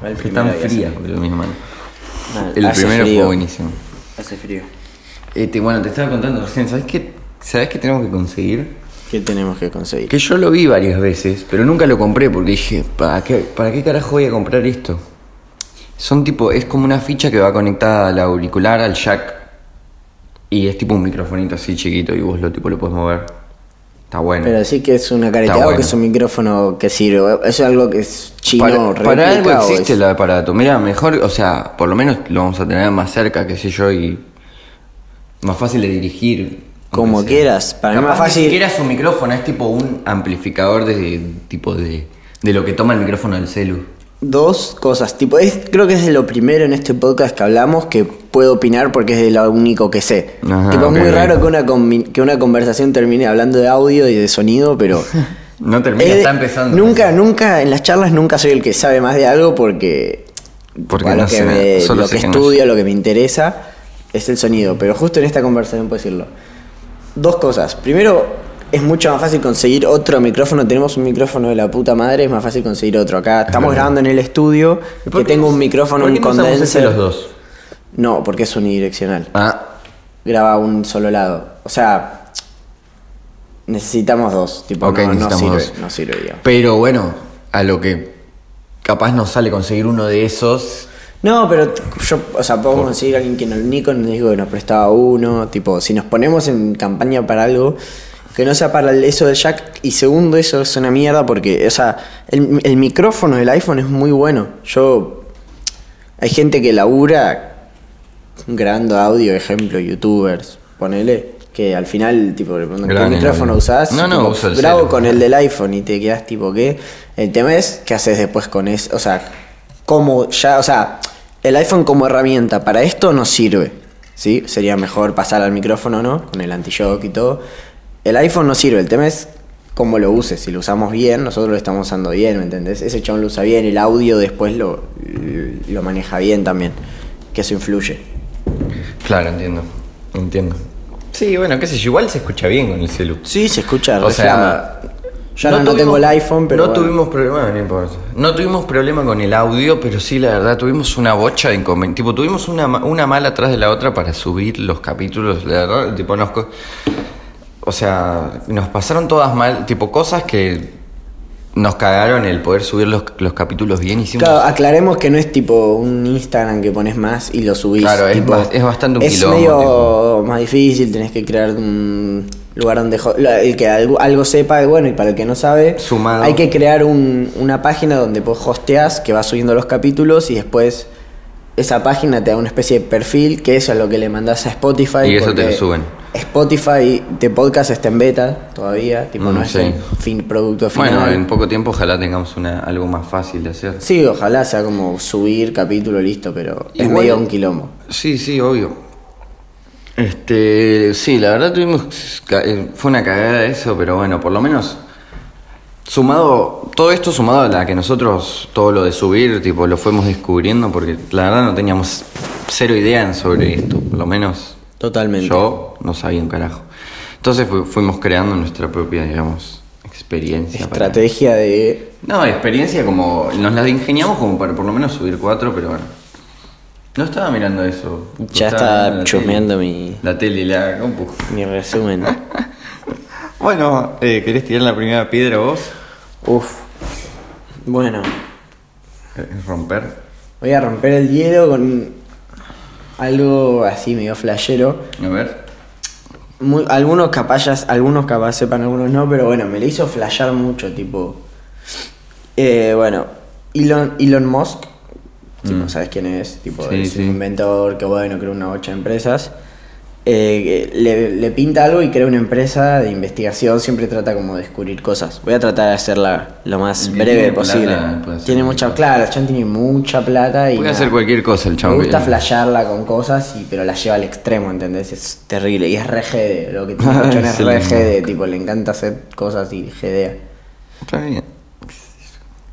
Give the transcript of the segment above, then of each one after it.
¿Cuál Que están primero que frías, hace? boludo, mis manos. Mal, El hace primero frío. fue buenísimo. Hace frío. Eh, te- bueno, te estaba contando recién, ¿sabes qué, ¿sabes qué tenemos que conseguir? ¿Qué tenemos que conseguir? Que yo lo vi varias veces, pero nunca lo compré porque dije, ¿para qué, ¿para qué carajo voy a comprar esto? Son tipo, es como una ficha que va conectada al auricular, al jack. Y es tipo un microfonito así chiquito y vos lo tipo lo puedes mover. Está bueno. Pero sí que es una careteada o bueno. que es un micrófono que sirve. Es algo que es para, chino, para algo réplica, o existe es- el aparato. Mira, mejor, o sea, por lo menos lo vamos a tener más cerca, qué sé yo, y más fácil de dirigir. Como aunque sea. quieras. Para mí Capaz más ni fácil. siquiera es un micrófono, es tipo un amplificador de tipo de, de lo que toma el micrófono del celu. Dos cosas, tipo, es, creo que es de lo primero en este podcast que hablamos que puedo opinar porque es de lo único que sé. Ajá, tipo, ok, es muy ok. raro que una, convi- que una conversación termine hablando de audio y de sonido, pero... No termina, Eh, está empezando. Nunca, nunca, en las charlas nunca soy el que sabe más de algo porque, Porque tipo, a no lo que, sé, me- solo lo sé que que no estudio, lo que me interesa es el sonido. Pero justo en esta conversación puedo decirlo. Dos cosas. Primero, es mucho más fácil conseguir otro micrófono. Tenemos un micrófono de la puta madre, es más fácil conseguir otro. Acá estamos verdad. grabando en el estudio, que tengo un micrófono, ¿Por un qué no usamos ese condenser. los dos? No, porque es unidireccional. Ah, Graba un solo lado. O sea, necesitamos dos. Tipo, Ok, no, no necesitamos sirve, dos. no sirve, digamos. pero bueno, a lo que capaz nos sale conseguir uno de esos. No, pero t- yo, o sea, podemos conseguir a alguien que nos, Nikon nos dijo que nos prestaba uno, tipo, si nos ponemos en campaña para algo, que no sea para el- eso del jack, y segundo, eso es una mierda porque, o sea, el, el micrófono del iPhone es muy bueno. Yo, hay gente que labura grabando audio, ejemplo, youtubers, ponele, que al final, tipo, le preguntan, ¿qué Graban el micrófono audio. usás? No, Y, no, tipo, uso el Grabo celu". con el del iPhone y te quedas tipo, ¿qué? El tema es, ¿qué haces después con eso? O sea, como ya, o sea, el iPhone como herramienta para esto no sirve, ¿sí? Sería mejor pasar al micrófono, ¿no? Con el anti-shock y todo. El iPhone no sirve, el tema es cómo lo uses. Si lo usamos bien, nosotros lo estamos usando bien, ¿me entendés? Ese chabón lo usa bien, el audio después lo, lo maneja bien también, que eso influye. Claro, entiendo. Entiendo. Sí, bueno, qué sé yo, igual se escucha bien con el celu. Sí, se escucha, O sea, Yo no, no tuvimos- tengo el iPhone, pero No bueno. tuvimos problema, no importa. No tuvimos problema con el audio, pero sí, la verdad, tuvimos una bocha de inconvenientes. Tipo, tuvimos una, ma- una mala atrás de la otra para subir los capítulos. La verdad, tipo, nos. co- O sea, nos pasaron todas mal. Tipo, cosas que nos cagaron el poder subir los, los capítulos bien. Hicimos. Claro, aclaremos que no es tipo un Instagram que pones más y lo subís. Claro, es tipo, bas- es bastante un Es quilombo, medio tipo. más difícil, tenés que crear un lugar donde. jo- la- El que algo, algo sepa, bueno, y para el que no sabe, Sumado. hay que crear un- una página donde vos hosteas que va subiendo los capítulos y después esa página te da una especie de perfil que eso es lo que le mandás a Spotify. Y eso te porque lo suben. Spotify de podcast está en beta todavía, tipo, no Mm, es sí. un fin, producto final. bueno, en poco tiempo, ojalá tengamos una, algo más fácil de hacer. Sí, ojalá sea como subir capítulo listo, pero es Igual- medio un quilombo. Sí, sí, obvio. Este, sí, la verdad tuvimos. ca- eh, Fue una cagada eso, pero bueno, por lo menos. Sumado. Todo esto sumado a la que nosotros, todo lo de subir, tipo, lo fuimos descubriendo, porque la verdad no teníamos cero idea sobre esto, por lo menos. Totalmente. Yo no sabía un carajo. Entonces fu- fuimos creando nuestra propia, digamos, experiencia. para- Estrategia de. no, experiencia como. Nos la ingeniamos como para por lo menos subir cuatro, pero bueno. No estaba mirando eso. Puto, estaba Ya estaba mirando la chusmeando tele. mi- La tele y la compu. Mi resumen. Bueno, eh, ¿querés tirar la primera piedra vos? Uf. Bueno, ¿Querés Eh, romper? voy a romper el hielo con algo así medio flashero. A ver. Muy- algunos capallas, algunos capaz sepan, algunos no, pero bueno, me le hizo flashear mucho, tipo. eh, bueno, Elon, Elon Musk, tipo, ¿sabes quién es? Tipo, Mm. Sí, es sí. un inventor que bueno, creó una bocha de empresas. eh, que le, le pinta algo y crea una empresa de investigación, siempre trata como de descubrir cosas. Voy a tratar de hacerla lo más El que breve tiene posible. plata puede hacer tiene cualquier mucha, cosa. claro, el chabón tiene mucha plata y. Puede nada. hacer cualquier cosa el Me chabón. gusta que- flashearla con cosas, y, pero la lleva al extremo, ¿entendés? Es terrible. Y es re GD. Lo que tiene Ay, John es sí, re no. GD. Tipo, le encanta hacer cosas y GD. Está bien.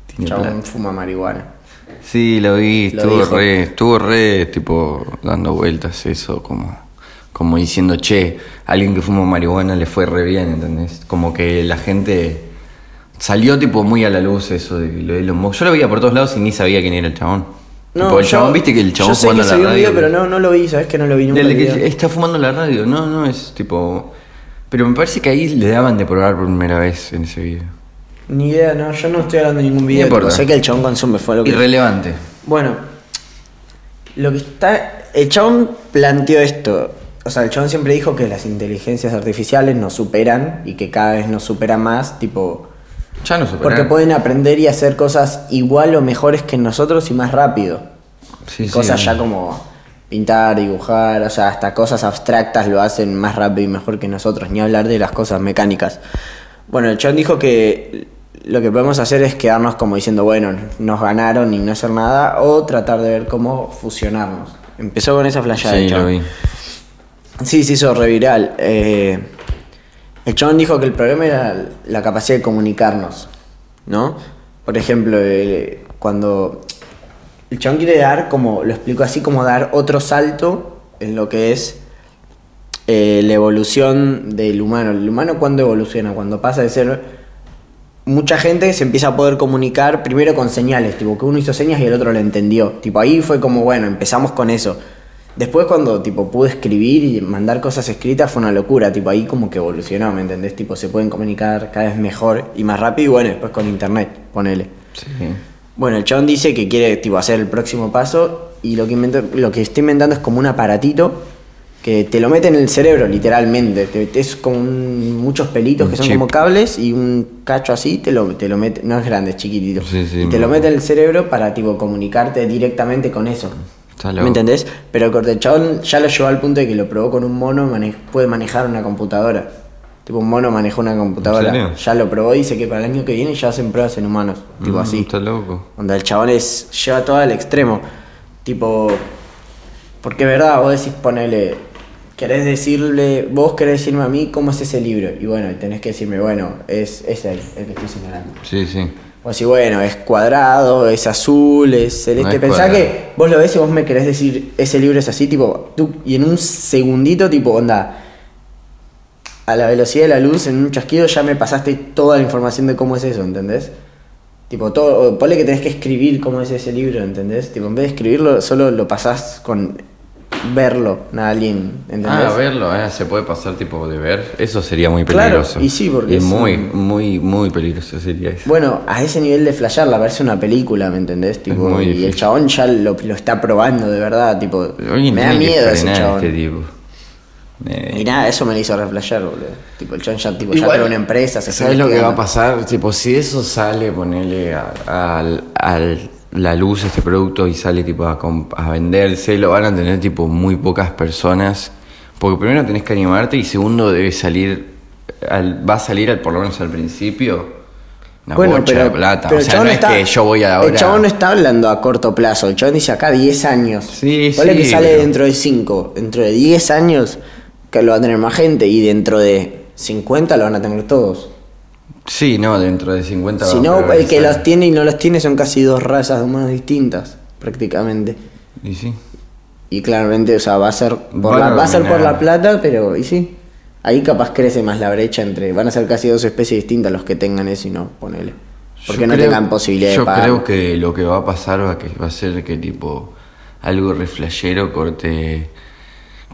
Tiene Chabón plata. fuma marihuana. Sí, lo vi, Lo estuvo dijo. re, estuvo re, tipo, dando vueltas eso, como, como diciendo, che, alguien que fuma marihuana le fue re bien, ¿entendés? Como que la gente Salió tipo muy a la luz eso de lo de Elon Musk. Yo lo veía por todos lados y ni sabía quién era el chabón. No, Tipo, el yo- chabón, viste que el chabón Yo sé que jugando a la subí un radio. video, pero no, no lo vi, ¿sabes que no lo vi nunca? Desde el video? que está fumando la radio. No, no, es tipo. Pero me parece que ahí le daban de probar por primera vez en ese video. Ni idea, no, yo no estoy hablando de ningún video. importa. pero sé que el chabón consume fue lo que. Irrelevante. Bueno, lo que está. El chabón planteó esto. O sea, el chabón siempre dijo que las inteligencias artificiales nos superan y que cada vez nos supera más, tipo. Ya no superaron. Porque pueden aprender y hacer cosas igual o mejores que nosotros y más rápido. Sí, sí. cosas ya como pintar, dibujar, o sea, hasta cosas abstractas lo hacen más rápido y mejor que nosotros, ni hablar de las cosas mecánicas. Bueno, el John dijo que lo que podemos hacer es quedarnos como diciendo, bueno, nos ganaron y no hacer nada, o tratar de ver cómo fusionarnos. Empezó con esa flashada. Sí, el lo chabón. vi. Sí, se hizo reviral. Eh, el chabón dijo que el problema era la capacidad de comunicarnos, ¿no? Por ejemplo, eh, cuando el chabón quiere dar, como lo explico así, como dar otro salto en lo que es eh, la evolución del humano. El humano cuando evoluciona, cuando pasa de ser... Mucha gente se empieza a poder comunicar primero con señales, tipo que uno hizo señas y el otro lo entendió. Tipo ahí fue como, bueno, empezamos con eso. Después cuando tipo pude escribir y mandar cosas escritas fue una locura, tipo ahí como que evolucionó, ¿me entendés? Tipo se pueden comunicar cada vez mejor y más rápido y bueno, después con internet, ponele. Sí. Bueno, el chabón dice que quiere tipo, hacer el próximo paso y lo que, inventó- lo que está inventando es como un aparatito que te lo mete en el cerebro, literalmente. Te- te- es como un- muchos pelitos Un que son chip. como cables y un cacho así te lo, te lo mete, no es grande, es chiquitito. Sí, sí, y me te lo acuerdo. mete en el cerebro para tipo comunicarte directamente con eso. Está loco. ¿Me entendés? Pero corte, el chabón ya lo llevó al punto de que lo probó con un mono, mane- puede manejar una computadora. Tipo, un mono maneja una serio? computadora. Ya lo probó y dice que para el año que viene ya hacen pruebas en humanos. Tipo Mm, así. Está loco. Onda, el chabón es, lleva todo al extremo. Tipo, porque es verdad, vos decís, ponele, querés decirle, vos querés decirme a mí cómo es ese libro. Y bueno, y tenés que decirme, bueno, es ese el, el que estoy señalando. Sí, sí. Vos decís, bueno, es cuadrado, es azul, es celeste. No es Pensá cuadrado. que vos lo ves y vos me querés decir, ese libro es así, tipo, tú, y en un segundito, tipo, onda, a la velocidad de la luz, en un chasquido, ya me pasaste toda la información de cómo es eso, ¿entendés? Tipo, todo, o ponle que tenés que escribir cómo es ese libro, ¿entendés? Tipo, en vez de escribirlo, solo lo pasás con verlo a alguien, ¿entendés? Ah, verlo, eh, se puede pasar tipo de ver. Eso sería muy Claro, peligroso. y sí, porque Y es muy, un- muy, muy peligroso sería eso. Bueno, a ese nivel de flashearla parece una película, ¿me entendés? Tipo, muy y el difícil. chabón ya lo, lo está probando, de verdad, tipo, Alguien me da tiene que miedo ese frenar a chabón. este tipo. Eh, y nada, eso me lo hizo reflashear, boludo. Tipo, el chabón ya, tipo, ya Igual, creó una empresa, se ¿Sabes sabe lo qué que va a onda. pasar? Tipo, si eso sale, ponele a, al- al- la luz este producto y sale tipo a, comp- a venderse, lo van a tener tipo muy pocas personas. Porque primero tenés que animarte y segundo debe salir, al- va a salir al, por lo menos al principio una bocha de plata. pero o el sea, chabón no es que yo voy ahora... El chabón no está hablando a corto plazo, el chabón dice acá 10 años. Sí, Ponle sí, que sale pero- dentro de 5, dentro de 10 años que lo va a tener más gente y dentro de 50 lo van a tener todos. Sí, no, dentro de 50... Si va a no, pegar el que sale. los tiene y no los tiene son casi dos razas de humanos distintas, prácticamente. Y sí. Y claramente, o sea, va a ser por, Van la, a va a ser por dominar. la plata, pero y sí. Ahí capaz crece más la brecha entre. Van a ser casi dos especies distintas los que tengan eso y no, ponele. Porque Yo no creo- tengan posibilidad yo de pagar. creo que lo que va a pasar va, que, va a ser que tipo algo reflejero corte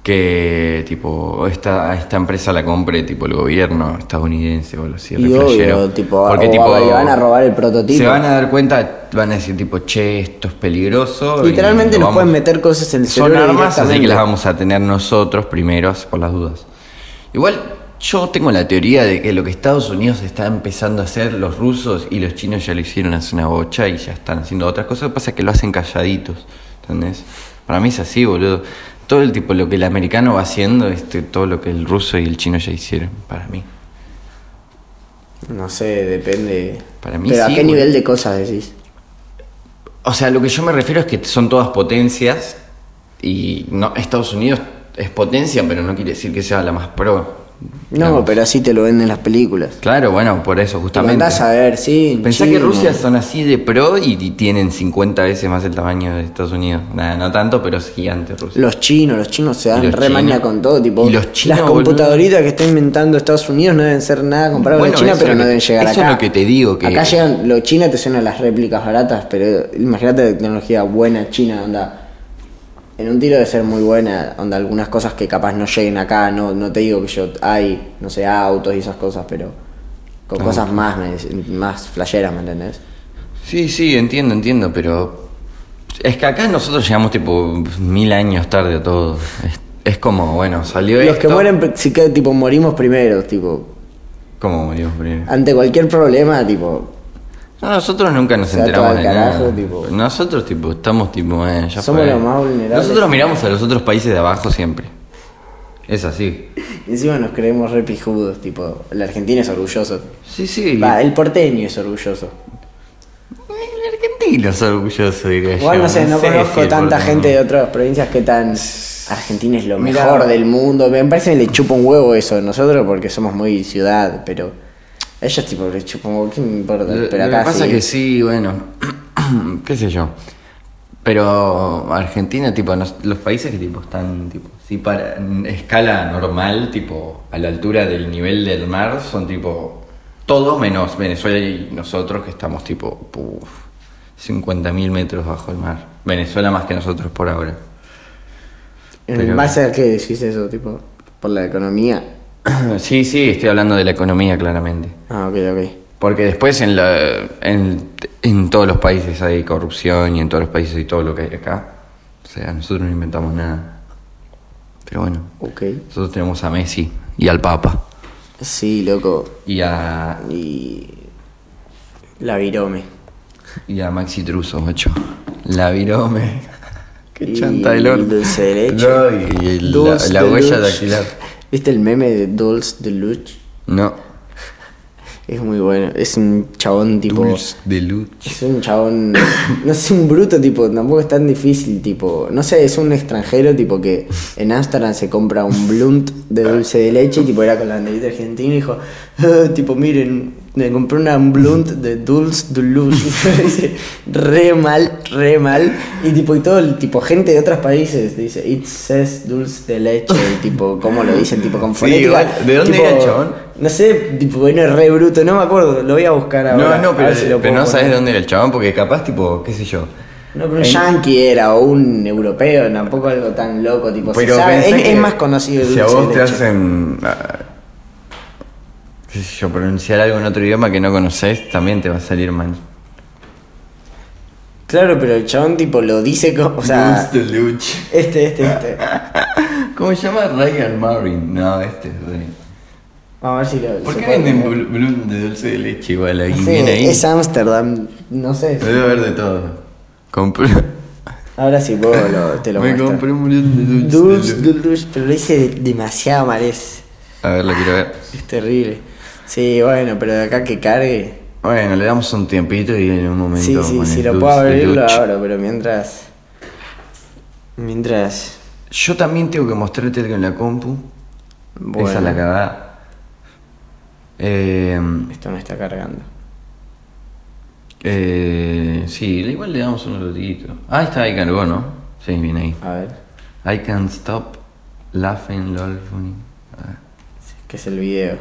que tipo esta esta empresa la compre tipo el gobierno estadounidense o lo así Y reflejero. obvio, tipo, o va- le van a robar el prototipo. se van a dar cuenta van a decir tipo che esto es peligroso y Literalmente lo nos vamos- pueden meter cosas en el son cerebro. armas, así que directamente. las vamos a tener nosotros primeros, por las dudas. Igual, yo tengo la teoría de que lo que Estados Unidos está empezando a hacer, los rusos y los chinos ya lo hicieron hace una bocha y ya están haciendo otras cosas. Lo que pasa es que lo hacen calladitos, ¿entendés? Para mí es así, boludo. Todo el tipo, lo que el americano va haciendo, este, todo lo que el ruso y el chino ya hicieron, para mí. No sé, depende. Para mí pero sí, a qué boludo. nivel de cosas decís. O sea, lo que yo me refiero es que son todas potencias y no, Estados Unidos es potencia, pero no quiere decir que sea la más pro. No, pero así te lo venden las películas. Claro, bueno, por eso Te justamente. mandás a ver, sí. Pensá chino. que Rusia son así de pro y, y tienen 50 veces más el tamaño de Estados Unidos. Nada, no tanto, pero es gigante Rusia. Los chinos, los chinos se dan los re chinos. maña con todo, tipo. Y los chinos, las boludo. computadoritas que está inventando Estados Unidos no deben ser nada comparado Bueno, con China, eso pero es lo no que- deben llegar eso acá. es lo que te digo, que- Acá llegan, lo China te suenan las réplicas baratas, pero imagínate de tecnología buena china, onda. En un tiro debe ser muy buena, onda algunas cosas que capaz no lleguen acá, no, no te digo que yo hay, no sé, autos y esas cosas, pero con Ah, cosas más, me- más flasheras, ¿me entendés? Sí, sí, entiendo, entiendo, pero. Es que acá nosotros llegamos tipo mil años tarde a todo. Es, es como, bueno, salió Los esto. que mueren, pr- sí que tipo morimos primero, tipo, ¿Cómo morimos primero? ante cualquier problema, tipo, No, nosotros nunca nos Se va enteramos todo de al carajo, nada. tipo. Nosotros tipo estamos tipo, eh, ya Somos fue. los más vulnerables. Nosotros miramos a los otros países de abajo siempre. Es así. Encima nos creemos re pijudos, tipo, el argentino es orgulloso. Sí, sí. Va, el porteño es orgulloso. El argentino es orgulloso, diría Igual yo. no sé, no conozco si tanta por- gente de otras provincias que tan... Argentina es lo Mirá. mejor del mundo. Me parece que le chupa un huevo eso a nosotros porque somos muy ciudad, pero... a Ellos tipo le chupa un huevo, ¿qué me importa? Lo, pero lo acá que pasa sí. que sí, bueno, qué sé yo. Pero Argentina, tipo, nos- los países que tipo están, tipo, sí, para, en escala normal, tipo, a la altura del nivel del mar, son tipo, todos menos Venezuela y nosotros que estamos tipo, puf, 50.000 metros bajo el mar. Venezuela más que nosotros por ahora. ¿En pero- base a qué decís eso, tipo? ¿Por la economía? sí, sí, estoy hablando de la economía claramente. Ah, ok, ok. Porque después en, la, en, en todos los países hay corrupción y en todos los países hay todo lo que hay acá. O sea, nosotros no inventamos nada. Pero bueno, Ok. nosotros tenemos a Messi y al Papa. Sí, loco. Y a, Y... La virome. y a Maxi Truso, macho. La virome. Qué Y chanta del orto. Dulce de leche. No, y el- la, Dulce la de huella leche. dactilar. ¿Viste el meme de Dulce de Luch? No. Es muy bueno. Es un chabón tipo. Dulce de luch. Es un chabón. No es un bruto, tipo. Tampoco es tan difícil, tipo. No sé, es un extranjero, tipo, que en Ámsterdam se compra un blunt de dulce de leche y, tipo, era con la banderita argentina y dijo, "Ah, tipo, miren, me compré una blunt de dulce de luch. Dice, re mal, re mal. Y, tipo, y todo, el tipo, gente de otros países dice, it says dulce de leche. Y, tipo, ¿cómo lo dicen? Tipo, con Sí, fonética. igual, ¿de dónde tipo, era el chabón? No sé, tipo, bueno, es re bruto, no me acuerdo, lo voy a buscar ahora. No, no, Ah, a pero, ver si lo pero puedo no sabes poner. de dónde era el chabón, porque capaz, tipo, qué sé yo. No, pero un yankee era o un europeo, tampoco algo tan loco, tipo. Pues se Pero sabe- pensá es, que es más conocido el Si a dulce vos de te leche. hacen. ah, qué sé yo, pronunciar algo en otro idioma que no conoces, también te va a salir mal. Claro, pero el chabón tipo lo dice como. O sea. Luch. Este, este, este. ¿Cómo se llama Ryan Marin? No, este es Ryan. Vamos a ver si lo. ¿Por se qué puede venden poner. blu- blum de dulce de leche igual ahí? No sé, Viene ahí. es Ámsterdam, no sé. Debe haber de todo. Compré. Ahora sí puedo, lo- te lo Me muestro. compré un blum de dulce. de Dulce leche. de leche, pero lo hice demasiado mal, es, A ver, lo quiero ver. es terrible. Sí, bueno, pero de acá que cargue. Bueno, le damos un tiempito y en un momento. Sí, sí, pones si lo dulce puedo de abrir lo leche. abro, pero mientras. Mientras. Yo también tengo que mostrarte algo en la compu. Bueno. Esa es la cagada. Eh, Esto no está cargando. eh, sí, igual le damos un ratito. Ah, está, ahí cargó, ¿no? Sí, viene ahí. A ver, I can't stop laughing, lol, funny. Ah. que es el video.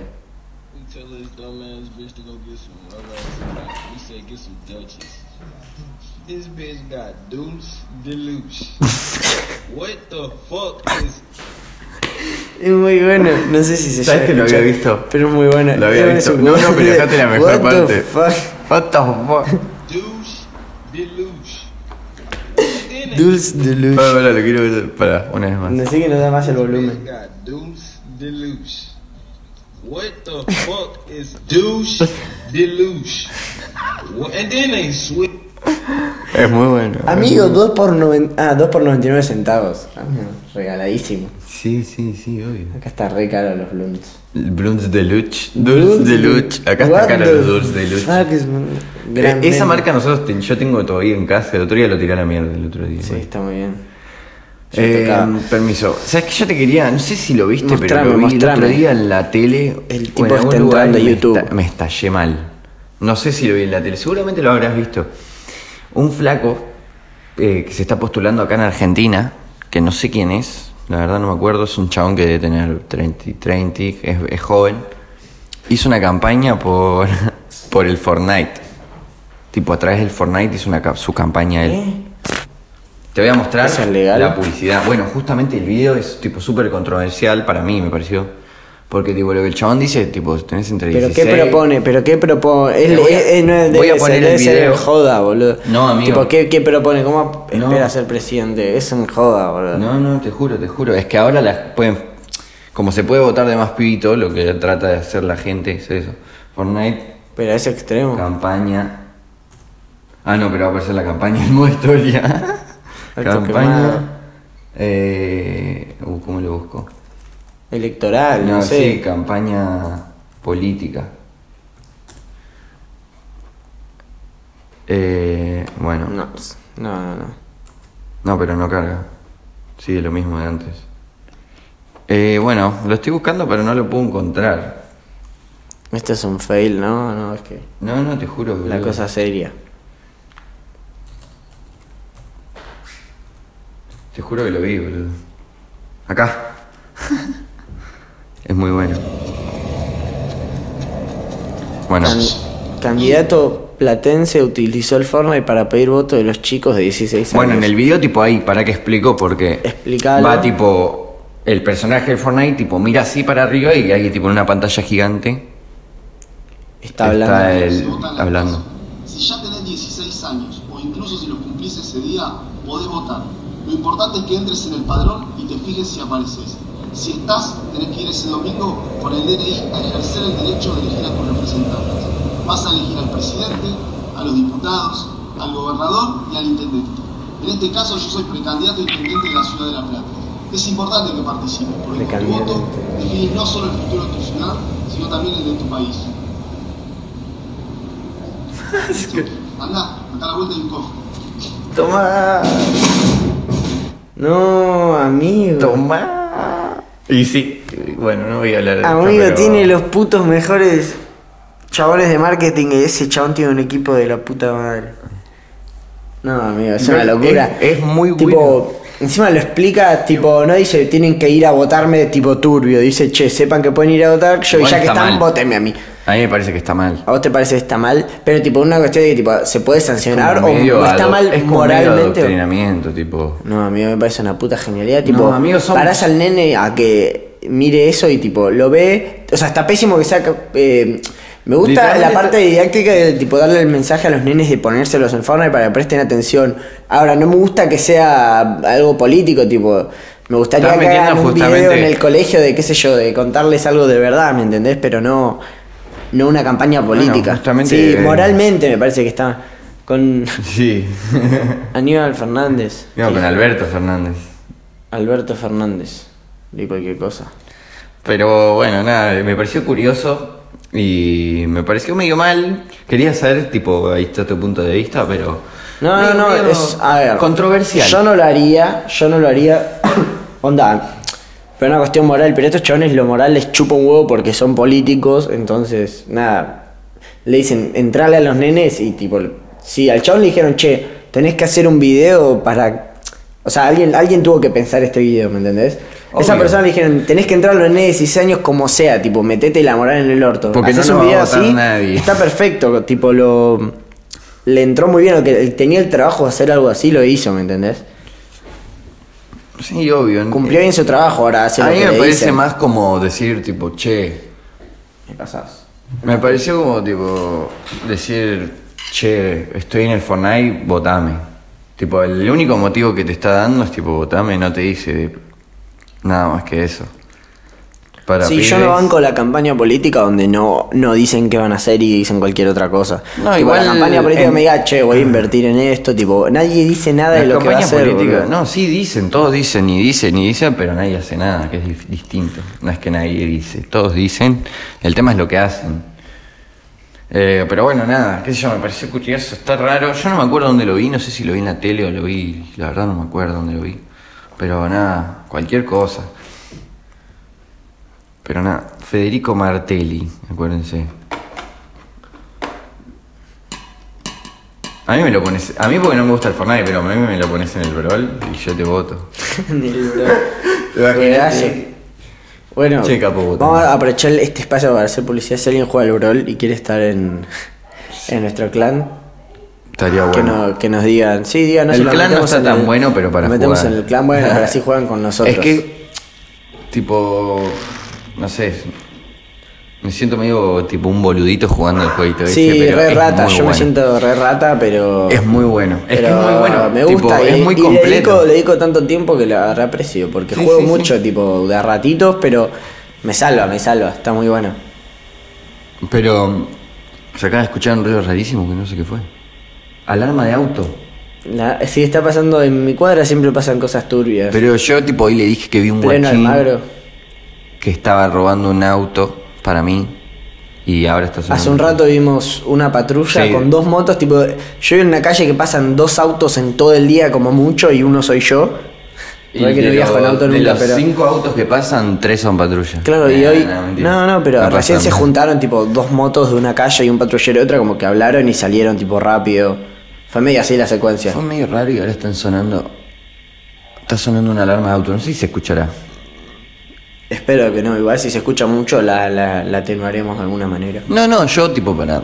We tell this dumbass bitch to go get some rubber. We say get some Dutchies. This bitch got deuce deluxe. what the fuck is Es muy bueno, no sé si se ¿Sabes llega a que lo había escuchar, visto? Pero es muy bueno. Lo había Dame visto. su- No, no, pero dejate la mejor What the parte. fuck? What the fuck? douche deluxe? Then it Dulce Pará, Deluxe. pará, lo quiero ver. Pará, una vez más. Decí que no da más el volumen. got deuce deluxe. What the fuck is douche deluxe? What- And then they switch. Es muy bueno. Amigo, 2 por, noven- ah, dos por 99 centavos. Ah, no, regaladísimo. Sí, sí, sí, obvio. Acá está re caro los blooms. Bruns de Luch. Dulce de Luch. Acá está cara los Dulce de Luch. Ah, que es un gran Eh, esa meme. marca nosotros ten- yo tengo todavía en casa, el otro día lo tiré a la mierda el otro día. Sí, está muy bien. Eh, tocaba. permiso. ¿Sabes que yo te quería? No sé si lo viste, Mostrame, pero lo vi el mostrame. otro día en la tele. El o tipo en está algún lugar entrando y a me YouTube. esta- Me estallé mal. No sé si lo vi en la tele. Seguramente lo habrás visto. Un flaco eh, que se está postulando acá en Argentina, que no sé quién es. La verdad no me acuerdo. Es un chabón que debe tener 30, 30 es, es joven. Hizo una campaña por, por el Fortnite. Tipo, a través del Fortnite hizo una, ca- su campaña él. Te voy a mostrar ¿Eso es legal? la publicidad. Bueno, justamente el video es tipo súper controversial para mí, me pareció. Porque tipo lo que el chabón dice, tipo, tenés entre ¿Pero 16. qué propone? ¿Pero qué propone? Te Es, voy a- es- es- no es- voy a debe ser- poner el debe ser video. en joda, boludo. No, amigo. Tipo, ¿qué, qué propone? ¿Cómo No. espera ser presidente? Es en joda, boludo. No, no, te juro, te juro. Es que ahora las pueden. Como se puede votar de más pibito, lo que trata de hacer la gente es eso. Fortnite, Pero es extremo. campaña. Ah, no, pero va a aparecer la campaña en modo historia. Alto quemado. campaña. Eh, uh, ¿Cómo lo busco? Electoral, no, No, sé. sí, campaña política. Eh, bueno, no. No, no, no. no. pero no carga. Sigue lo mismo de antes. Eh, bueno, lo estoy buscando, pero no lo puedo encontrar. Esto es un fail, ¿no? No, es que. No, no, te juro. La boludo. cosa seria. Te juro que lo vi, boludo. Acá. es muy bueno. Bueno, Can- candidato platense utilizó el Fortnite para pedir voto de los chicos de 16 años. bueno, en el video, tipo ahí, para que explico, porque. Explicalo. Va tipo. El personaje de Fortnite, tipo, mira así para arriba y hay tipo en una pantalla gigante. Está hablando. él votan las hablando. cosas. Si ya tenés 16 años, o incluso si los cumplís ese día, podés votar. Lo importante es que entres en el padrón y te fijes si apareces. Si estás, tenés que ir ese domingo con el DNI a ejercer el derecho de elegir a tus representantes. Vas a elegir al presidente, a los diputados, al gobernador y al intendente. En este caso yo soy precandidato a intendente de la ciudad de La Plata. Es importante que participes, porque con tu Precandidato. voto definís no solo el futuro de tu ciudad, sino también el de tu país. Andá, acá a la vuelta hay un cofre. Toma, No, amigo. toma. Y sí, bueno, no voy a hablar de esto, Ah, Amigo, pero- tiene los putos mejores chabones de marketing y ese chabón tiene un equipo de la puta madre. No, amigo, es una Es- locura. es muy bueno. Tipo, encima lo explica, tipo, no dice tienen que ir a votarme tipo turbio. Dice, che, sepan que pueden ir a votar, yo y Igual ya que está están, mal. votenme a mí. A mí me parece que está mal. ¿A vos te parece que está mal? Pero tipo, una cuestión de que tipo, ¿se puede sancionar Como o, medio o está ado- mal es como medio moralmente? o- adoctrinamiento, tipo. No, amigo, me parece una puta genialidad. Tipo, No, amigo, son- parás al nene a que mire eso y tipo, lo ve. O sea, está pésimo que saca. eh, me gusta la Literalmente- parte didáctica de tipo darle el mensaje a los nenes de ponérselos en Fortnite para que presten atención. Ahora, no me gusta que sea algo político, tipo. Me gustaría Estás que metiendo hagan un video justamente- en el colegio de qué sé yo, de contarles algo de verdad, ¿me entendés? Pero no, no una campaña política. justamente- sí, moralmente me parece que está. Con Sí. Aníbal Fernández. No, Sí. con Alberto Fernández. Alberto Fernández. De cualquier cosa. Pero bueno, nada, me pareció curioso y me pareció medio mal. Quería saber, tipo, ahí está tu punto de vista, pero. No, medio- no, no, medio es. A ver. Controversial. Yo no lo haría, yo no lo haría. Onda. Pero una cuestión moral, pero estos chavones lo moral les chupa un huevo porque son políticos, entonces, nada. Le dicen, entrale a los nenes y tipo. Si al chabón le dijeron, che, tenés que hacer un video para. O sea, alguien, alguien tuvo que pensar este video, ¿me entendés? Esa Obvio. persona le dijeron, tenés que entrar a los nenes de 16 años como sea, tipo, metete la moral en el orto. Porque no Haces lo un va a video votar así, nadie. está perfecto, tipo lo le entró muy bien, lo que él tenía el trabajo de hacer algo así lo hizo, ¿me entendés? Sí, obvio. eh, Cumplió bien su trabajo, ahora hace A lo mí que me le parece dicen. más como decir, tipo, che. Me pasás. Me pareció como, tipo, decir, che, estoy en el Fortnite, votame. Tipo, el único motivo que te está dando es, tipo, votame, no te dice nada más que eso. Para Sí, yo pibes- no banco la campaña política donde no, no dicen qué van a hacer y dicen cualquier otra cosa. No, Tipo, igual la campaña política en- me diga, che, voy a invertir en esto, tipo, nadie dice nada de Las lo que va a campañas hacer. políticas, boludo. no, sí dicen, todos dicen y dicen y dicen, pero nadie hace nada, que es dif- distinto. No es que nadie dice, todos dicen, el tema es lo que hacen. Eh, pero bueno, nada, qué sé yo, me pareció curioso, está raro. Yo no me acuerdo dónde lo vi, no sé si lo vi en la tele o lo vi, la verdad no me acuerdo dónde lo vi. Pero nada, cualquier cosa. Pero nada, Federico Martelli, acuérdense. A mí me lo pones. A mí porque no me gusta el Fortnite, pero a mí me lo pones en el brol y yo te voto. Gracias. Bueno, Che, capo, vos vamos también. a aprovechar este espacio para hacer publicidad. Si alguien juega al Brawl y quiere estar en, en nuestro clan, Estaría que, bueno. no- que nos digan. Sí, díganos. El nos clan no metemos está en tan bueno, pero para nos metemos jugar. en el clan, bueno, ahora sí juegan con nosotros. Es que, tipo, no sé, me siento medio tipo un boludito jugando el jueguito. ese, Sí, pero re es rata, muy yo me bueno. siento re rata, pero. Es muy bueno, es que es pero muy bueno. Me tipo, gusta, y, es muy y le dedico, completo. le dedico tanto tiempo que lo agarré aprecio, porque Sí, juego sí, sí. mucho, tipo, de a ratitos, pero me salva, me salva, está muy bueno. Pero se acaba de escuchar un ruido rarísimo que no sé qué fue. Alarma de auto. La- sí, está pasando en mi cuadra, siempre pasan cosas turbias. Pero yo, tipo, hoy le dije que vi un Pleno guachín Almagro. que estaba robando un auto para mí y ahora está sonando. Hace un rato vimos una patrulla Sí. con dos motos, tipo, yo vivo en una calle que pasan dos autos en todo el día como mucho y uno soy yo. Y Verdad que de no viajo en los- auto de nunca, los pero... cinco autos que pasan, tres son patrullas. Claro, y Nah, hoy... nah, mentira. No, no, pero No pasa recién se nada. juntaron tipo dos motos de una calle y un patrullero de otra, como que hablaron y salieron tipo rápido. Fue medio así la secuencia. Fue medio raro y ahora están sonando. Está sonando una alarma de auto, no sé si se escuchará. Espero que no, igual si se escucha mucho la, la, la atenuaremos de alguna manera. No, no, yo tipo para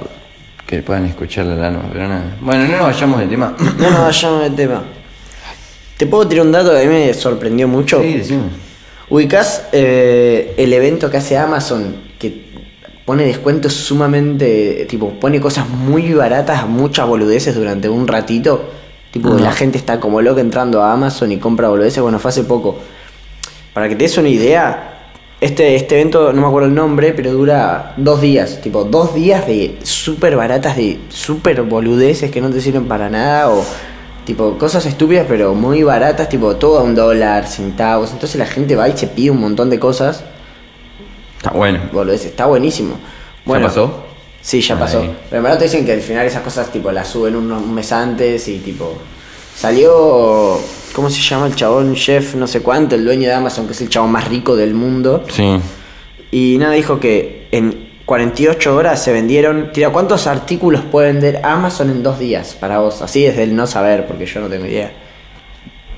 que puedan escuchar la alarma, pero nada. Bueno, no nos vayamos del tema. No, no, vayamos de tema. ¿Te puedo tirar un dato que a mí me sorprendió mucho? Sí, decime. Ubicás eh, el evento que hace Amazon, que pone descuentos sumamente, tipo, pone cosas muy baratas, muchas boludeces durante un ratito. Tipo, No. la gente está como loca entrando a Amazon y compra boludeces. Bueno, fue hace poco. Para que te des una idea, este, este evento, no me acuerdo el nombre, pero dura dos días. Tipo, dos días de súper baratas, de súper boludeces que no te sirven para nada o... Tipo, cosas estúpidas pero muy baratas, tipo todo a un dólar, centavos. Entonces la gente va y se pide un montón de cosas. Está bueno. Boludeces, está buenísimo. Bueno, ¿Ya pasó? Sí, ya Ay. pasó. Pero en verdad te dicen que al final esas cosas tipo las suben un, un mes antes y tipo. Salió. ¿Cómo se llama el chabón? Jeff, no sé cuánto, el dueño de Amazon, que es el chabón más rico del mundo. Sí. Y nada, dijo que en 48 horas se vendieron. Tira, ¿cuántos artículos puede vender Amazon en dos días para vos? Así desde el no saber, porque yo no tengo idea.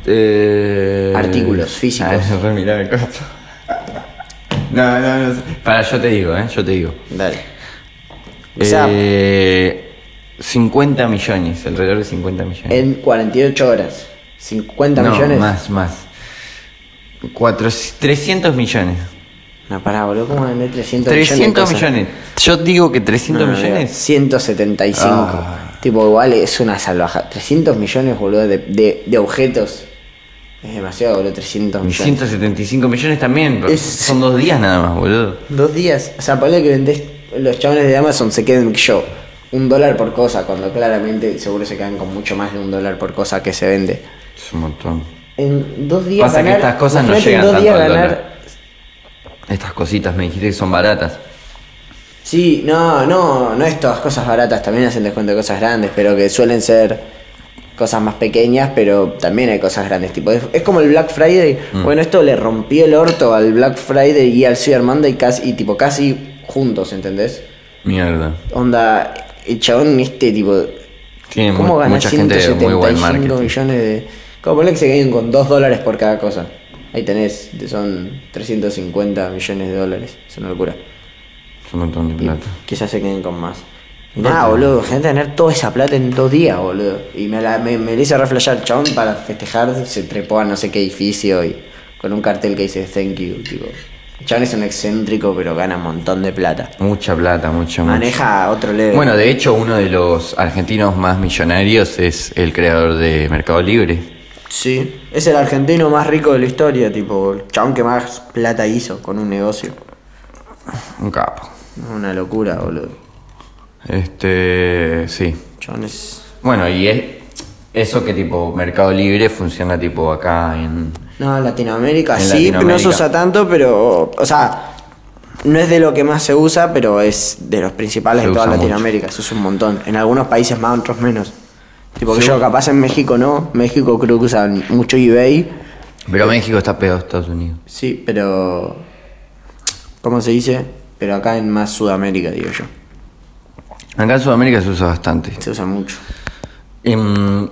Eh... Artículos físicos. Ah, es re mirar el costo. No, no, no. Para, yo te digo, eh, yo te digo. Dale. O sea, Eh, 50 millones, alrededor de 50 millones. en 48 horas. 50 no, millones. Más, más. Cuatro- 300 millones. No, pará, boludo, ¿cómo vender 300 millones? de 300 cosas? millones. Yo digo que 300 No, no, digo, millones. 175. Ah. Tipo, igual es una salvaja. 300 millones, boludo, de, de, de objetos. Es demasiado, boludo, 300 millones. 175 millones también. Es- Son dos días nada más, boludo. Dos días. O sea, ponle que vendés. Los chavales de Amazon se queden yo. Un dólar por cosa, cuando claramente seguro se quedan con mucho más de un dólar por cosa que se vende. Es un montón. En dos días. Pasa que ganar- estas cosas no imagínate en llegan dos tanto días al ganar dólar. Estas cositas me dijiste que son baratas. Sí, no, no, no es todas cosas baratas, también hacen descuento de cosas grandes, pero que suelen ser cosas más pequeñas, pero también hay cosas grandes, tipo, es, es como el Black Friday, Mm. bueno, esto le rompió el orto al Black Friday y al Cyber Monday casi, y tipo, casi juntos, ¿entendés? Mierda. Onda, el chabón este, tipo, Tiene ¿cómo mu- gana mucha gente de muy buen 175 marketing. millones de... Como ponle que se ganen con 2 dólares por cada cosa, ahí tenés, son 350 millones de dólares, es una locura. Es un montón de plata. Quizás se queden con más. Y nada, boludo, gente tener toda esa plata en dos días, boludo. Y me la me, me la hice reflejar el chabón para festejar, se trepó a no sé qué edificio y con un cartel que dice thank you, tipo. El chabón es un excéntrico, pero gana un montón de plata. Mucha plata, mucha, mucha. Maneja otro level. Bueno, de hecho, uno de los argentinos más millonarios es el creador de Mercado Libre. sí. Es el argentino más rico de la historia, tipo, el chabón que más plata hizo con un negocio. Un capo. Una locura, boludo. Este. Sí. Chabón es. Bueno, y es. Eso que tipo Mercado Libre funciona tipo acá en. No, en Latinoamérica En sí, Latinoamérica. no se usa tanto, pero. O sea, no es de lo que más se usa, pero es de los principales Se de toda usa Latinoamérica. Se usa un montón. En algunos países más, en otros menos. Tipo que Sí. yo, capaz en México no. México creo que usan mucho eBay Pero México está pegado a Estados Unidos. Sí, pero. ¿Cómo se dice? Pero acá en más Sudamérica, digo yo. Acá en Sudamérica se usa bastante. Se usa mucho. Em,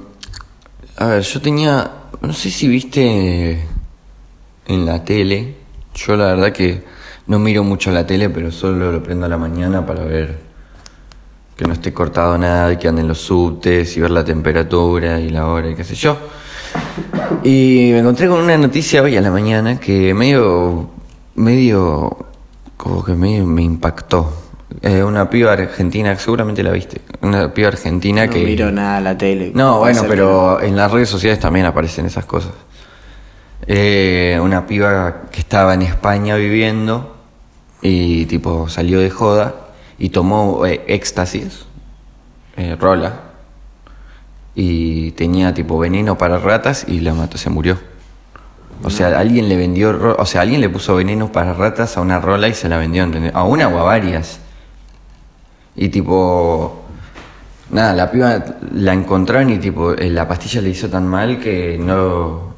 a ver, yo tenía. No sé si viste en la tele. Yo la verdad que no miro mucho la tele, pero solo lo prendo a la mañana para ver que no esté cortado nada y que anden los subtes y ver la temperatura y la hora y qué sé yo. Y me encontré con una noticia hoy a la mañana que medio. medio. como que medio me impactó. Eh, una piba argentina, seguramente la viste. Una piba argentina No que. miro nada la tele. No, Puede bueno, ser que no. pero en las redes sociales también aparecen esas cosas. Eh, una piba que estaba en España viviendo y tipo salió de joda y tomó eh, éxtasis, eh, rola, y tenía tipo veneno para ratas y la mató, se murió. O sea, alguien le vendió, ro- o sea, alguien le puso veneno para ratas a una rola y se la vendió, ¿entendés? A una o a varias. Y tipo. Nada, la piba la encontraron y tipo, eh, la pastilla le hizo tan mal que no.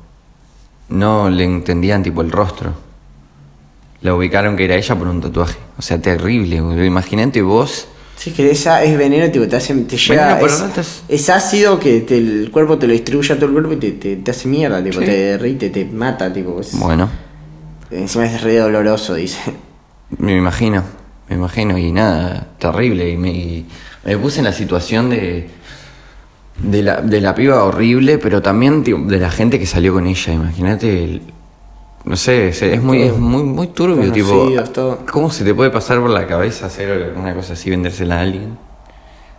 No le entendían tipo el rostro. La ubicaron que era ella por un tatuaje. O sea, terrible, boludo. Imagínate vos. Sí, que esa es veneno, tipo, te, hace, te llega. Veneno por es, ratas. es ácido que te- el cuerpo te lo distribuye a todo el cuerpo y te, te- te hace mierda, tipo, Sí. te derrite, te mata, tipo. es- Bueno, Encima es re doloroso, dice. me imagino. Me imagino. Y nada, terrible. Y me, y me puse en la situación de. De la, de la piba horrible, pero también tipo, de la gente que salió con ella. Imagínate el- No sé, es, es muy, es muy, muy turbio, tipo. ah, Conocidos, todo. ¿Cómo se te puede pasar por la cabeza hacer una cosa así, vendérsela a alguien?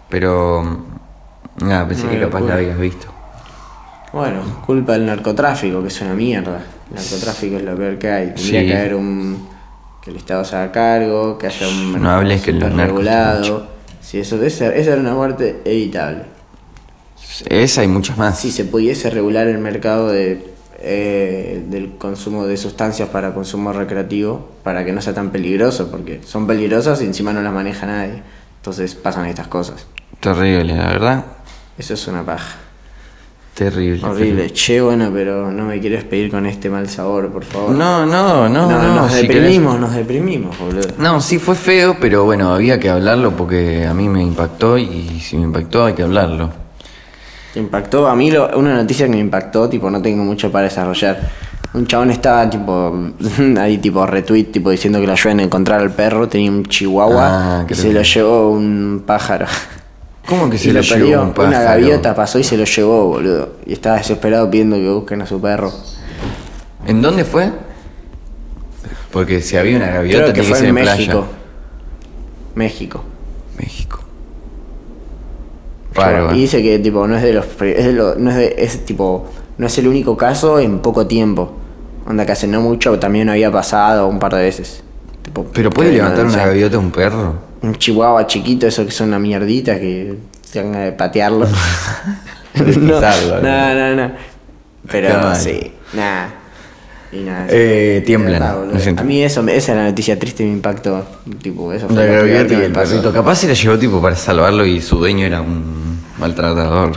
Pero. mm, Nada, pensé Una que capaz locura. la habías visto. Bueno, culpa del narcotráfico, que es una mierda. El narcotráfico es lo peor que hay. Tendría Sí. que haber un. que el Estado se haga cargo, que haya un. No mercado hables que los súper narcos regulado. Sí, eso, esa, esa era una muerte evitable. Esa y muchas más. Si se pudiese regular el mercado de, eh, del consumo de sustancias para consumo recreativo, para que no sea tan peligroso, porque son peligrosas y encima no las maneja nadie. Entonces pasan estas cosas. Terrible, la verdad. Eso es una paja. Terrible. Horrible. Che, bueno, pero no me quieres pedir con este mal sabor, por favor. No, no, no, No, no. nos si querés- deprimimos, nos deprimimos, boludo. No, sí fue feo, pero bueno, había que hablarlo porque a mí me impactó y si me impactó hay que hablarlo. ¿Te impactó? A mí lo- una noticia que me impactó, tipo, no tengo mucho para desarrollar. Un chabón estaba, tipo, ahí, tipo, retweet, tipo, diciendo que lo ayuden a encontrar al perro. Tenía un chihuahua Ah, que creo se lo que- llevó un pájaro. ¿Cómo que Y se lo llevó perdió. un Una pájaro? gaviota pasó y se lo llevó, boludo. Y estaba desesperado pidiendo que busquen a su perro. ¿En dónde fue? Porque si había una gaviota Creo que tiene que fue ser en en playa. México. México. México. Raro. Y ¿eh? dice que tipo no es de los pri- es de lo- no es de- es, tipo no es el único caso en poco tiempo. Onda que hace no mucho también había pasado un par de veces. Tipo, Pero puede que levantar una denuncian. gaviota un perro. Un chihuahua chiquito, eso que son una mierdita que tenga de patearlo. no, Pisarlo, no, no, no. Pero Qué mal. sí, nada. Y nada. Eh, sí. tiemblan, Verdad, boludo. lo siento. A mí eso, me- esa es la noticia triste, me impactó. Tipo, eso fue La lo peor gaviota que y me el pasó. perrito. Capaz se la llevó tipo para salvarlo y su dueño era un maltratador.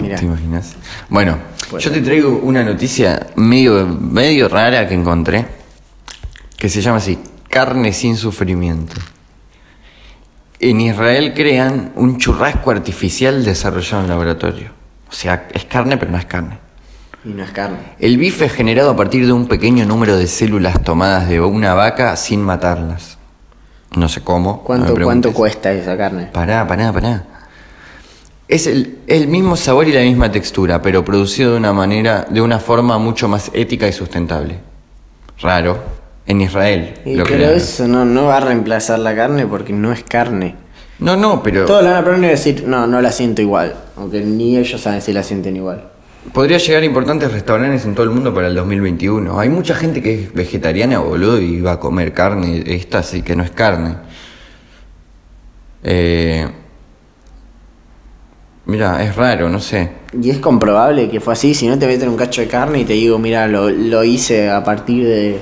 Mirá. ¿Te imaginas? Bueno, yo te traigo una noticia medio, medio rara que encontré, que se llama así, carne sin sufrimiento. En Israel crean un churrasco artificial desarrollado en laboratorio. O sea, es carne pero no es carne. Y no es carne. El bife es generado a partir de un pequeño número de células tomadas de una vaca sin matarlas. No sé cómo. no me ¿Cuánto, preguntes. ¿Cuánto cuesta esa carne? Pará, pará, pará. Es el, el mismo sabor y la misma textura, pero producido de una manera, de una forma mucho más ética y sustentable. Raro. En Israel. Y lo pero crearon. eso no, no va a reemplazar la carne porque no es carne. No, no, pero Todos la van a probar y van a decir, no, no la siento igual. Aunque ni ellos saben si la sienten igual. podría llegar a importantes restaurantes en todo el mundo para el 2021. Hay mucha gente que es vegetariana, boludo, y va a comer carne, esta así que no es carne. Eh, mira, es raro, no sé. Y es comprobable que fue así. Si no te meten un cacho de carne y te digo, mira, lo, lo hice a partir de,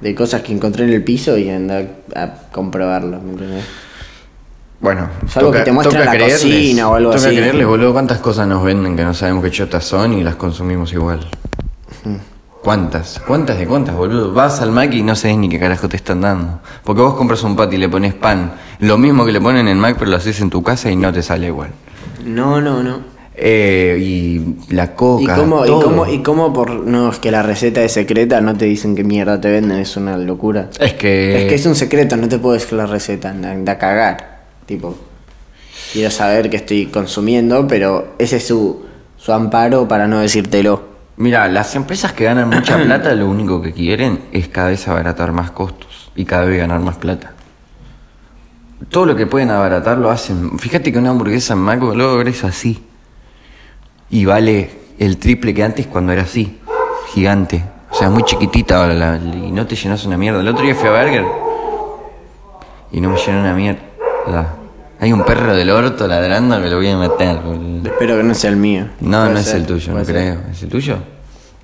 de cosas que encontré en el piso y anda a comprobarlo. ¿me entendés? Bueno, Salvo que te muestren la cocina o algo toca así. creerles, boludo, cuántas cosas nos venden que no sabemos qué chotas son y las consumimos igual. Hmm. ¿Cuántas? ¿Cuántas de cuántas, boludo? Vas al Mac y no sabes ni qué carajo te están dando. Porque vos compras un pat y le pones pan, lo mismo que le ponen en Mac, pero lo haces en tu casa y no te sale igual. No, no, no. Eh, y la ¿Y coca. cómo, y, todo. cómo, ¿Y cómo por.? No, es que la receta es secreta, no te dicen qué mierda te venden, es una locura. Es que. Es que es un secreto, no te puedo decir la receta, anda, anda a cagar. Tipo, quiero saber qué estoy consumiendo, pero ese es su, su amparo para no decírtelo. Mira, las empresas que ganan mucha plata lo único que quieren es cada vez abaratar más costos y cada vez ganar más plata. Todo lo que pueden abaratar lo hacen. Fíjate que una hamburguesa en Maco logro es así. Y vale el triple que antes cuando era así. Gigante. O sea, muy chiquitita ahora la- y no te llenas una mierda. El otro día fui a Burger y no me llenó una mierda. Hay un perro del orto ladrando que lo voy a matar. boludo. Espero que no sea el mío. No, Puede no es ser, el tuyo, no puede ser. creo. ¿Es el tuyo?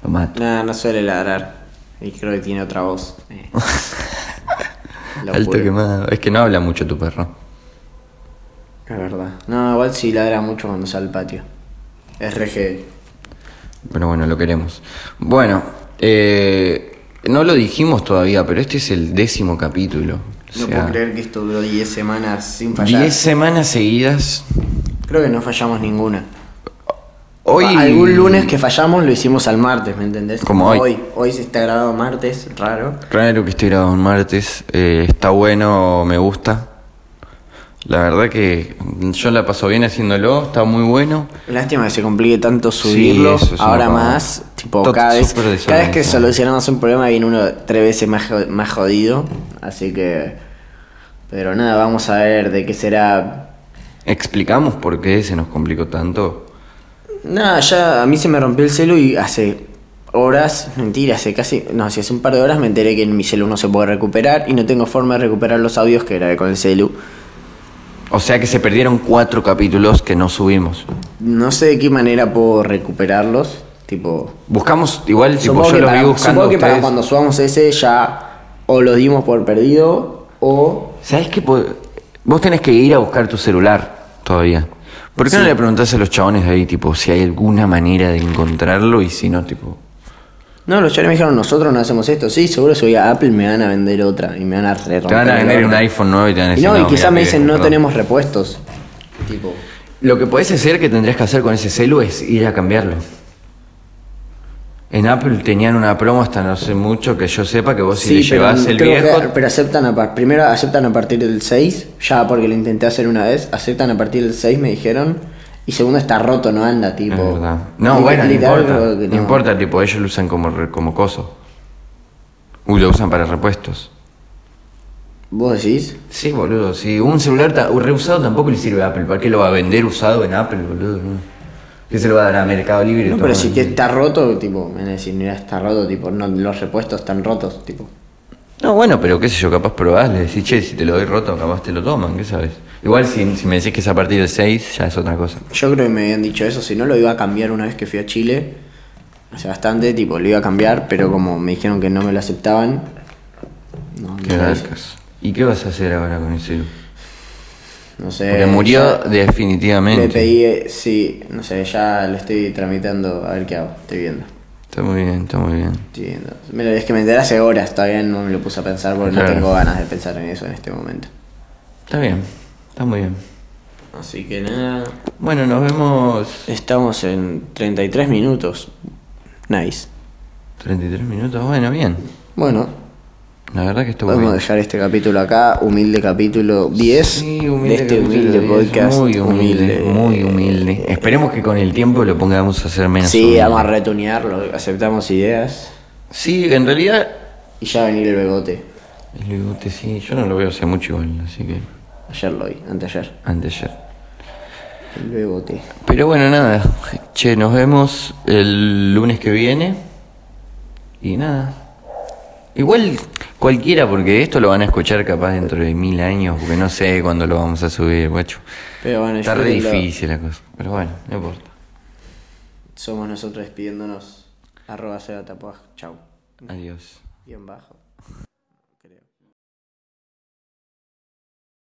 Lo mato. No, no suele ladrar. Y creo que tiene otra voz. Eh. Locura. Alto quemado. Es que no habla mucho tu perro. Es verdad. No, igual sí ladra mucho cuando sale al patio. Es reje. Pero bueno, lo queremos. Bueno, eh, no lo dijimos todavía, pero este es el décimo capítulo. O No sea, puedo creer que esto duró 10 semanas sin fallar. 10 semanas seguidas. Creo que no fallamos ninguna. Hoy. Algún lunes que fallamos lo hicimos al martes, ¿me entendés? Como hoy. hoy. Hoy se está grabado martes, raro. Raro que estoy grabando un martes. eh, está bueno, me gusta. La verdad que yo la paso bien haciéndolo, está muy bueno. Lástima que se complique tanto subirlo. Sí, eso es una Ahora pavada. más, tipo, Todo cada vez, súper cada vez que desorganizado. solucionamos un problema viene uno tres veces más, jo- más jodido. Así que. Pero nada, vamos a ver de qué será. Explicamos por qué se nos complicó tanto. Nada, ya a mí se me rompió el celu y hace horas, mentira, hace casi. No, si hace un par de horas me enteré que en mi celu no se puede recuperar y no tengo forma de recuperar los audios que grabé con el celu. O sea que se perdieron cuatro capítulos que no subimos. No sé de qué manera puedo recuperarlos. Tipo. Buscamos, igual, tipo, supongo yo que, lo para, vi buscando. supongo que para ustedes. cuando subamos ese ya o lo dimos por perdido o. ¿Sabés qué? po- Vos tenés que ir a buscar tu celular todavía. ¿Por qué no le preguntás a los chabones de ahí, tipo, si hay alguna manera de encontrarlo y si no, tipo. No, los chavales me dijeron, nosotros no hacemos esto. Sí, seguro si voy a Apple me van a vender otra y me van a re Te van a romper vender la un otra. iPhone nuevo y te van a Y decir. no, y mira, quizás me pibe, dicen, no perdón". tenemos repuestos. Tipo. Lo que podés hacer que tendrías que hacer con ese celu es ir a cambiarlo. En Apple tenían una promo hasta no sé mucho que yo sepa que vos si le llevás el creo viejo. que- pero aceptan a, par- primero aceptan a partir del 6, ya porque lo intenté hacer una vez, aceptan a partir del 6 me dijeron, y segundo está roto, no anda, tipo. Es verdad. No, Li- bueno, no literal, importa. creo que No importa, tipo, ellos lo usan como, re- como coso. Uy, lo usan para repuestos. ¿Vos decís? Sí, boludo, si un celular ta- reusado tampoco le sirve a Apple. ¿Para qué lo va a vender usado en Apple, boludo? No. ¿Qué se lo va a dar a Mercado Libre? No, Todo pero si el- que está roto, tipo, me van a decir, mira, está roto, tipo, no, los repuestos están rotos, tipo. No, bueno, pero qué sé yo, capaz probás, le decís, che, si te lo doy roto, capaz te lo toman, ¿qué sabes? Igual si, si me decís que es a partir del 6, ya es otra cosa. Yo creo que me habían dicho eso, si no lo iba a cambiar una vez que fui a Chile, hace bastante, tipo, lo iba a cambiar, pero como me dijeron que no me lo aceptaban, no, no Qué lo hice. garcas. ¿Y qué vas a hacer ahora con el celu? No sé. Porque murió ya- definitivamente. Le pedí, eh, sí, no sé, ya lo estoy tramitando, a ver qué hago, estoy viendo. Está muy bien, está muy bien. Estoy viendo. Me lo- Es que me enteré hace horas, todavía no me lo puse a pensar porque Claro. no tengo ganas de pensar en eso en este momento. Está bien, está muy bien. Así que nada. Bueno, nos vemos. Estamos en 33 minutos. Nice. 33 minutos, bueno, bien. Bueno, La verdad que estuvo podemos bien. dejar este capítulo acá, humilde capítulo 10 Sí, de humilde este capítulo humilde 10, podcast. Eh, Muy humilde, muy humilde. Esperemos que con el tiempo lo pongamos a hacer menos. Sí, humilde. vamos a retunearlo, aceptamos ideas Sí, en realidad. y ya venir el bebote. El bigote sí, yo no lo veo hace mucho igual, así que. Ayer lo vi, anteayer. Antes ya. El bebote. Pero bueno, nada. Che, nos vemos el lunes que viene. Y nada. Igual cualquiera, porque esto lo van a escuchar capaz dentro de mil años, porque no sé cuándo lo vamos a subir, guacho. Pero bueno, Está yo re creo que lo- difícil la cosa. Pero bueno, no importa. Somos nosotros despidiéndonos. Arroba Seba Tapuaj. Chau. Adiós. Bien bajo.